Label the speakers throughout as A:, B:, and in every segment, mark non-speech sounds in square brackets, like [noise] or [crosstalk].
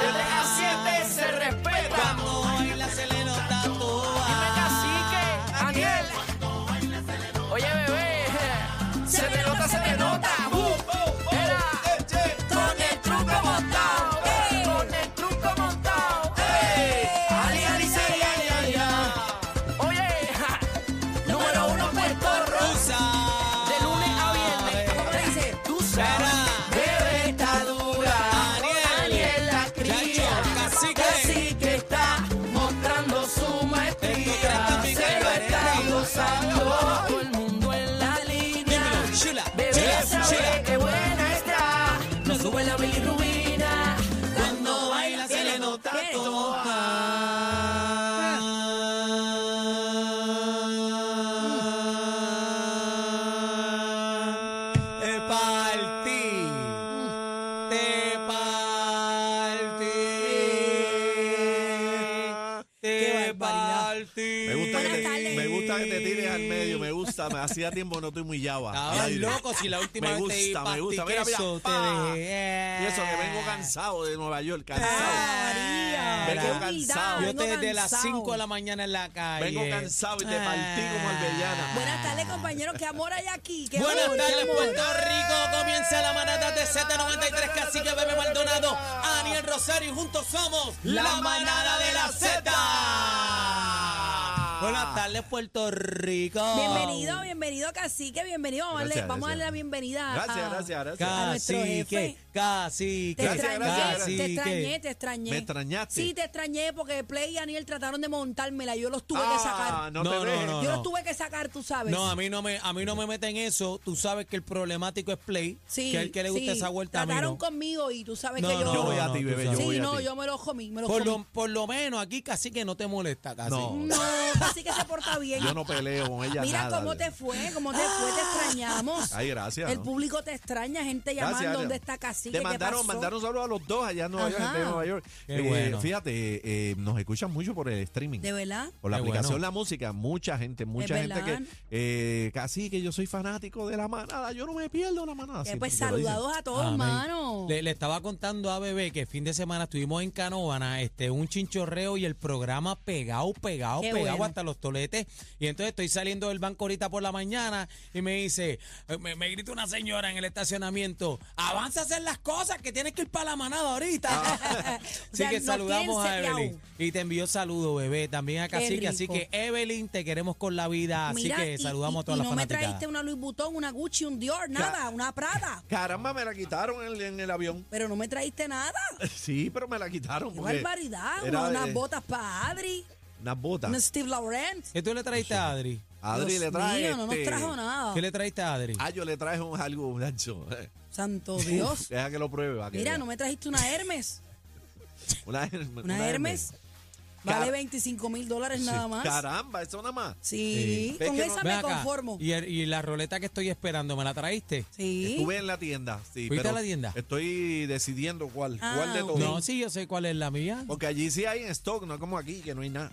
A: Desde las 7 se respeta. Dime cacique, Aniel. Oye, bebé. Se te nota, se te nota. Uh, era. Con el truco montado. Con el truco montado. Ali, ali, se, ali, ali, ali. Oye, ja. número uno Puerto Rosa. De lunes a viernes. ¿Cómo te dice? Tú sabes. Bebé está dura. Aniel la cría. Así que está mostrando su maestría. Se lo está gozando todo el mundo en la línea. Bebé sabe que buena está. No sube la bilirrubina. Cuando baila se le nota
B: Ah.
A: toda.
B: Te partí. Te partí. Te partí.
C: Me gusta, que te, me gusta que te tires al medio, me gusta. Me hacía tiempo no estoy muy yaba.
B: Estabas
C: Al aire.
B: loco si la última
C: Me
B: vez te
C: gusta, me gusta. Mira, mira,
B: pastiqueso, te
C: pa.
B: dejé.
C: Y eso que vengo cansado de Nueva York, cansado.
B: Ah,
C: Vengo
B: María.
C: cansado.
B: Yo te desde las 5 de la mañana en la calle.
C: Vengo cansado y te partí como
B: Ah.
C: albellana.
D: eh, Buenas tardes, compañeros. Qué amor hay aquí. Qué
B: Buenas
D: amor,
B: tardes,
D: amor.
B: Puerto Rico. Comienza la manada de Z93, Cacique Bebe Maldonado, Aniel Rosario y juntos somos la manada de la
C: Ah,
B: Z. Buenas tardes, Puerto Rico.
D: Bienvenido, bienvenido, cacique. Bienvenido. Vamos, a darle-
C: Gracias,
D: vamos a darle
C: gracias.
D: la bienvenida.
C: Gracias,
D: a-
C: gracias, gracias.
B: Ah,
D: Ca- nuestro
B: Cacique,
D: jefe.
B: cacique,
D: Te
C: Gracias,
D: extrañé,
C: gracias,
D: te
B: cacique.
D: extrañé, pues. te extrañé.
C: Me extrañaste.
D: Sí, te extrañé porque Play y Aniel trataron de montármela. Yo los tuve que
C: Ah,
D: sacar.
C: no,
B: No,
C: te dejes.
B: no,
D: yo
B: no.
D: los tuve que sacar, tú sabes.
B: No, a mí no me, a mí no me meten eso. Tú sabes que el problemático es Play.
D: Sí,
B: que el que le gusta
D: sí.
B: esa vuelta a mí
D: Trataron
B: no.
D: conmigo y tú sabes
B: No,
D: que yo.
B: no,
C: Yo voy a
B: no,
C: ti,
B: tú
C: bebé, yo
B: sabes.
C: voy
D: sí,
C: a
D: no,
C: ti.
D: yo me los comí, me los
B: Por lo,
D: comí.
B: por lo menos aquí casi que no te molesta, casi.
C: No.
D: No, así que se porta bien.
C: Yo no peleo con ella
D: Mira
C: nada.
D: cómo te fue, cómo te fue, te extrañamos.
C: Ay, gracias,
D: El
C: ¿no?
D: público te extraña, gente llamando,
C: Gracias,
D: ¿dónde
C: Ariel.
D: está Cacique?
C: Te mandaron,
D: ¿Qué pasó?
C: mandaron saludos a los dos allá en Nueva York,
D: Ajá.
C: gente de Nueva York.
B: Qué bueno.
C: Fíjate, eh, eh, nos escuchan mucho por el streaming.
D: ¿De verdad?
C: Por la
B: Qué
C: aplicación
B: bueno.
C: La Música, mucha gente, mucha
D: Es
C: gente que
D: verdad.
C: eh, casi que yo soy fanático de la manada, yo no me pierdo la manada.
D: Que,
C: siempre
D: pues
C: te Ah, lo dicen.
D: saludados a todos,
B: Amén.
D: mano.
B: Le, le estaba contando a Bebé que el fin de semana estuvimos en Canóvana, este, un chinchorreo y el programa pegado, pegado,
D: Qué
B: pegado
D: bueno.
B: hasta los toletes. Y entonces estoy saliendo del banco ahorita por la mañana y me dice, eh, me, me grita una señora en el estacionamiento, avanza a hacer las cosas que tienes que ir para la manada ahorita. [laughs] Así
D: O sea,
B: que
D: Ah. no
B: saludamos a
D: piense,
B: Evelyn. Y te envió saludo, Bebé, también a
D: Qué
B: Cacique. Así
D: rico.
B: que Evelyn, te queremos con la vida. Así
D: Mira,
B: que
D: y- y-
B: saludamos a
D: y
B: todas las
D: no me
B: fanáticas.
D: trajiste una Louis Vuitton, una Gucci, un Dior, nada, una Prada.
C: Caramba, me la quitaron en, en el avión. [laughs]
D: Pero no me traíste nada.
C: Sí, pero me la quitaron.
D: Qué
C: porque
D: barbaridad.
C: era
D: una-
C: eh, de-
D: unas botas para Adri,
C: Unas
D: un
C: botas.
D: Steve Laurent.
B: ¿Qué tú le trajiste a Adri?
C: Adri
D: Dios
C: le trae.
D: mío, no nos
C: este,
D: trajo nada.
B: ¿Qué le trajiste a Adri?
C: Ah, yo le traje un, algo, muchacho.
D: Santo Dios.
C: [laughs] Deja que lo pruebe. va, que
D: Mira,
C: vea.
D: no me trajiste una
C: [laughs]
D: Hermes.
C: Una, Hermes-
D: Una Hermes. Vale
C: Car-
D: 25 mil dólares
C: Sí.
D: nada más.
C: Caramba, eso nada más.
D: Sí,
C: Es
D: con
C: que no-
D: esa
B: Ven
D: me
B: acá,
D: conformo.
B: Y, el- y la ruleta que estoy esperando, ¿me la traíste?
D: Sí.
C: Estuve en la tienda. Sí,
B: ¿Fuiste a
C: pero
B: la tienda?
C: Estoy decidiendo cuál.
D: Ah,
C: ¿Cuál de
D: ok.
C: todos?
B: No, sí, yo sé cuál es la mía.
C: Porque allí sí hay en stock, no es como aquí, que no hay nada.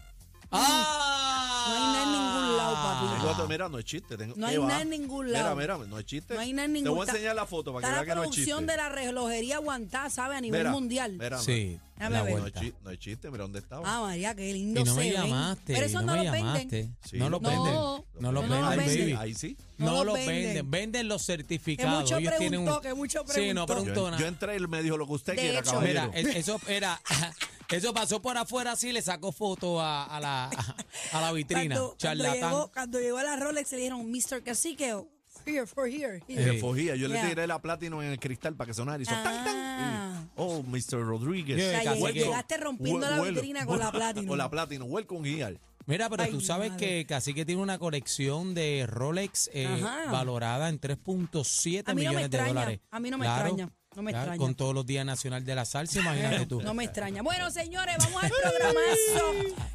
B: ¡Ah!
D: No hay nada en ningún lado, papi.
C: Ah. Tengo otro- mira, no es chiste. tengo-
D: Ah. No hay
C: ¿qué va?
D: nada en ningún lado.
C: Mira, mira, no es chiste.
D: No hay nada en
C: Te
D: ningún
C: voy a
D: ta-
C: enseñar la foto para que
D: Está
C: veas
D: la
C: que no es chiste.
D: producción de la relojería aguantada, ¿sabe? A nivel
C: Mira,
D: mundial.
C: mira,
B: Sí,
D: Dame
B: la
D: a
C: no,
D: ver.
C: no es
B: vuelta.
C: chi- no es chiste, mira dónde estaba.
D: Ah, María, qué
B: Y
D: lindo
B: no
D: se
B: me
D: ven.
B: llamaste.
D: Pero eso
B: y
D: no,
B: no, me
D: lo venden.
B: llamaste.
C: Sí.
B: No lo
C: No,
B: venden. No lo
D: no
B: venden,
D: lo venden.
B: baby.
C: Ahí sí.
B: No,
D: No
B: lo
D: lo
B: venden.
D: venden.
B: Venden los certificados.
D: mucho
B: Ellos tienen un...
D: preguntó, que mucho
B: Sí,
D: preguntó.
B: no preguntó
C: Yo, yo
B: nada.
C: entré, él me dijo lo que usted
D: De
C: quiera,
D: hecho.
B: Mira,
C: caballero.
B: es- eso era... [laughs] Eso pasó por afuera así, le sacó foto a, a la, [laughs] a la vitrina.
D: Cuando, cuando
B: Charlatán.
D: llegó, cuando llegó a la Rolex, le dijeron, Mr. Cacique, oh, here, for here. here".
C: Eh,
B: Sí.
C: fogía, yo le
D: Yeah.
C: tiré la platino en el cristal para que sonara y hizo tan, tan.
D: Ah.
C: Y, oh, Mr. Rodríguez.
B: Yeah,
D: O sea, llegué-
B: Cacique.
D: llegaste rompiendo la vitrina con la
C: [laughs]
D: Platinum.
C: Con la platino, welcome here.
B: Mira, pero
D: Ay,
B: tú
D: mi
B: sabes
D: madre.
B: que Cacique tiene una colección de Rolex eh,
D: Ajá.
B: valorada en
D: A
B: 3.7
D: mí no me
B: millones de
D: extraña,
B: dólares.
D: a mí no me
B: Claro,
D: extraña. No me
B: Ya,
D: extraña.
B: Con todos los días nacional de la salsa, imagínate tú.
D: No me extraña. Bueno, señores, vamos al programazo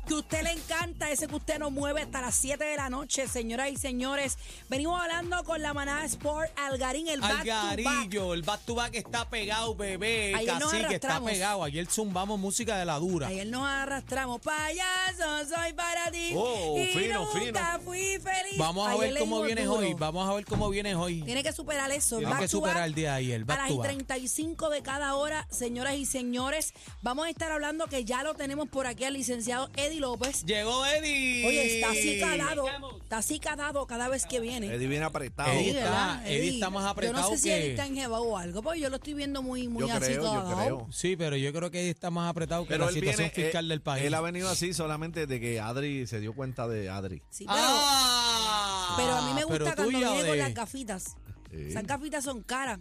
D: que a usted le encanta, ese que usted nos mueve hasta las 7 de la noche, señoras y señores. Venimos hablando con la manada Sport Algarín, el back to back.
B: Algarillo, el back to back está pegado, bebé.
D: Ayer nos
B: Cacique está
D: arrastramos.
B: pegado. Ayer zumbamos música de la dura.
D: Ayer nos arrastramos, payaso, soy para ti.
C: Oh,
D: y
C: fino,
D: nunca fui feliz.
B: Vamos a
D: Ayer
B: ver
D: le
B: cómo
D: dimos
B: vienes
D: duro.
B: hoy. Vamos a ver cómo vienes hoy.
D: Tiene que superar eso.
B: Tiene
D: back
B: que
D: to
B: superar
D: back,
B: el día de ayer, back
D: a
B: to
D: las
B: back.
D: 35 de cada hora, señoras y señores, vamos a estar hablando que ya lo tenemos por aquí al licenciado Eddie López.
B: Llegó Eddie.
D: Oye, está así calado, está así calado cada vez que viene.
C: Eddie viene apretado.
B: Eddie
D: Sí,
B: está-
D: ¿verdad?
B: Eddie está más
D: Yo no
B: apretado
D: sé si
B: que-
D: Eddie está enjebado o algo, porque yo lo estoy viendo muy, muy
C: yo
D: así
C: creo, yo
D: calado.
C: creo.
B: Sí, pero yo creo que Eddie está más apretado que
C: Pero
B: la
C: él
B: situación
C: viene,
B: fiscal
C: eh,
B: del país.
C: Él ha venido así solamente de que Adri se dio cuenta de Adri.
D: Sí, pero,
B: Ah,
D: pero a mí me
B: pero
D: gusta cuando
B: tuya o
D: viene con
B: de-
D: las gafitas.
C: Sí.
D: Esas gafitas son caras.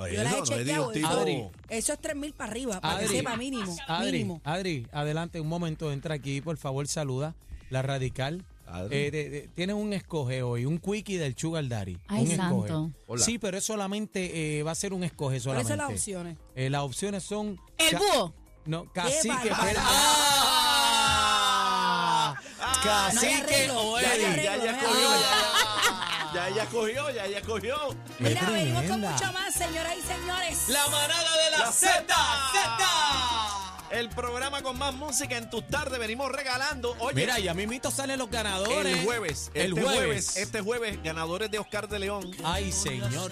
C: Oye,
D: Yo las he
C: eso, no le
D: chequeado.
C: digo,
D: eso-
B: tipo-
D: Eso es 3 mil para arriba, para que
B: Adri,
D: sepa mínimo.
B: Adri,
D: mínimo.
B: Adri, adelante, un momento, entra aquí, por favor, saluda. La radical.
C: Adri.
B: Eh, de- de- tiene un escoge hoy, un quickie del Sugar Daddy.
E: Ay,
B: un escoge.
E: santo.
C: Hola.
B: Sí, pero es solamente, eh, va a ser un escoge
D: ¿Cuáles
B: solamente.
D: son las opciones?
B: Eh, las opciones son...
E: El
B: ca-
E: búho.
B: No, cacique.
D: barbaridad!
B: pero- ¡Ah!
D: No hay
B: Cacique
D: arreglo,
B: o
D: no hay
B: Eddie.
D: arreglo.
C: Ya ella
D: no,
C: cogió,
D: no.
C: ya- ya ella cogió, ya ella cogió.
B: Qué
D: Mira, venimos con
B: tremenda.
D: mucho más, señoras y señores.
B: La manada de la,
C: La
B: Z.
C: Zeta.
B: Zeta.
C: El programa con más música en tus tardes venimos regalando. Oye,
B: Mira, ya mismito salen los ganadores.
C: el jueves,
B: El
C: este
B: jueves.
C: este jueves, ganadores de Oscar de León.
B: Ay, señor.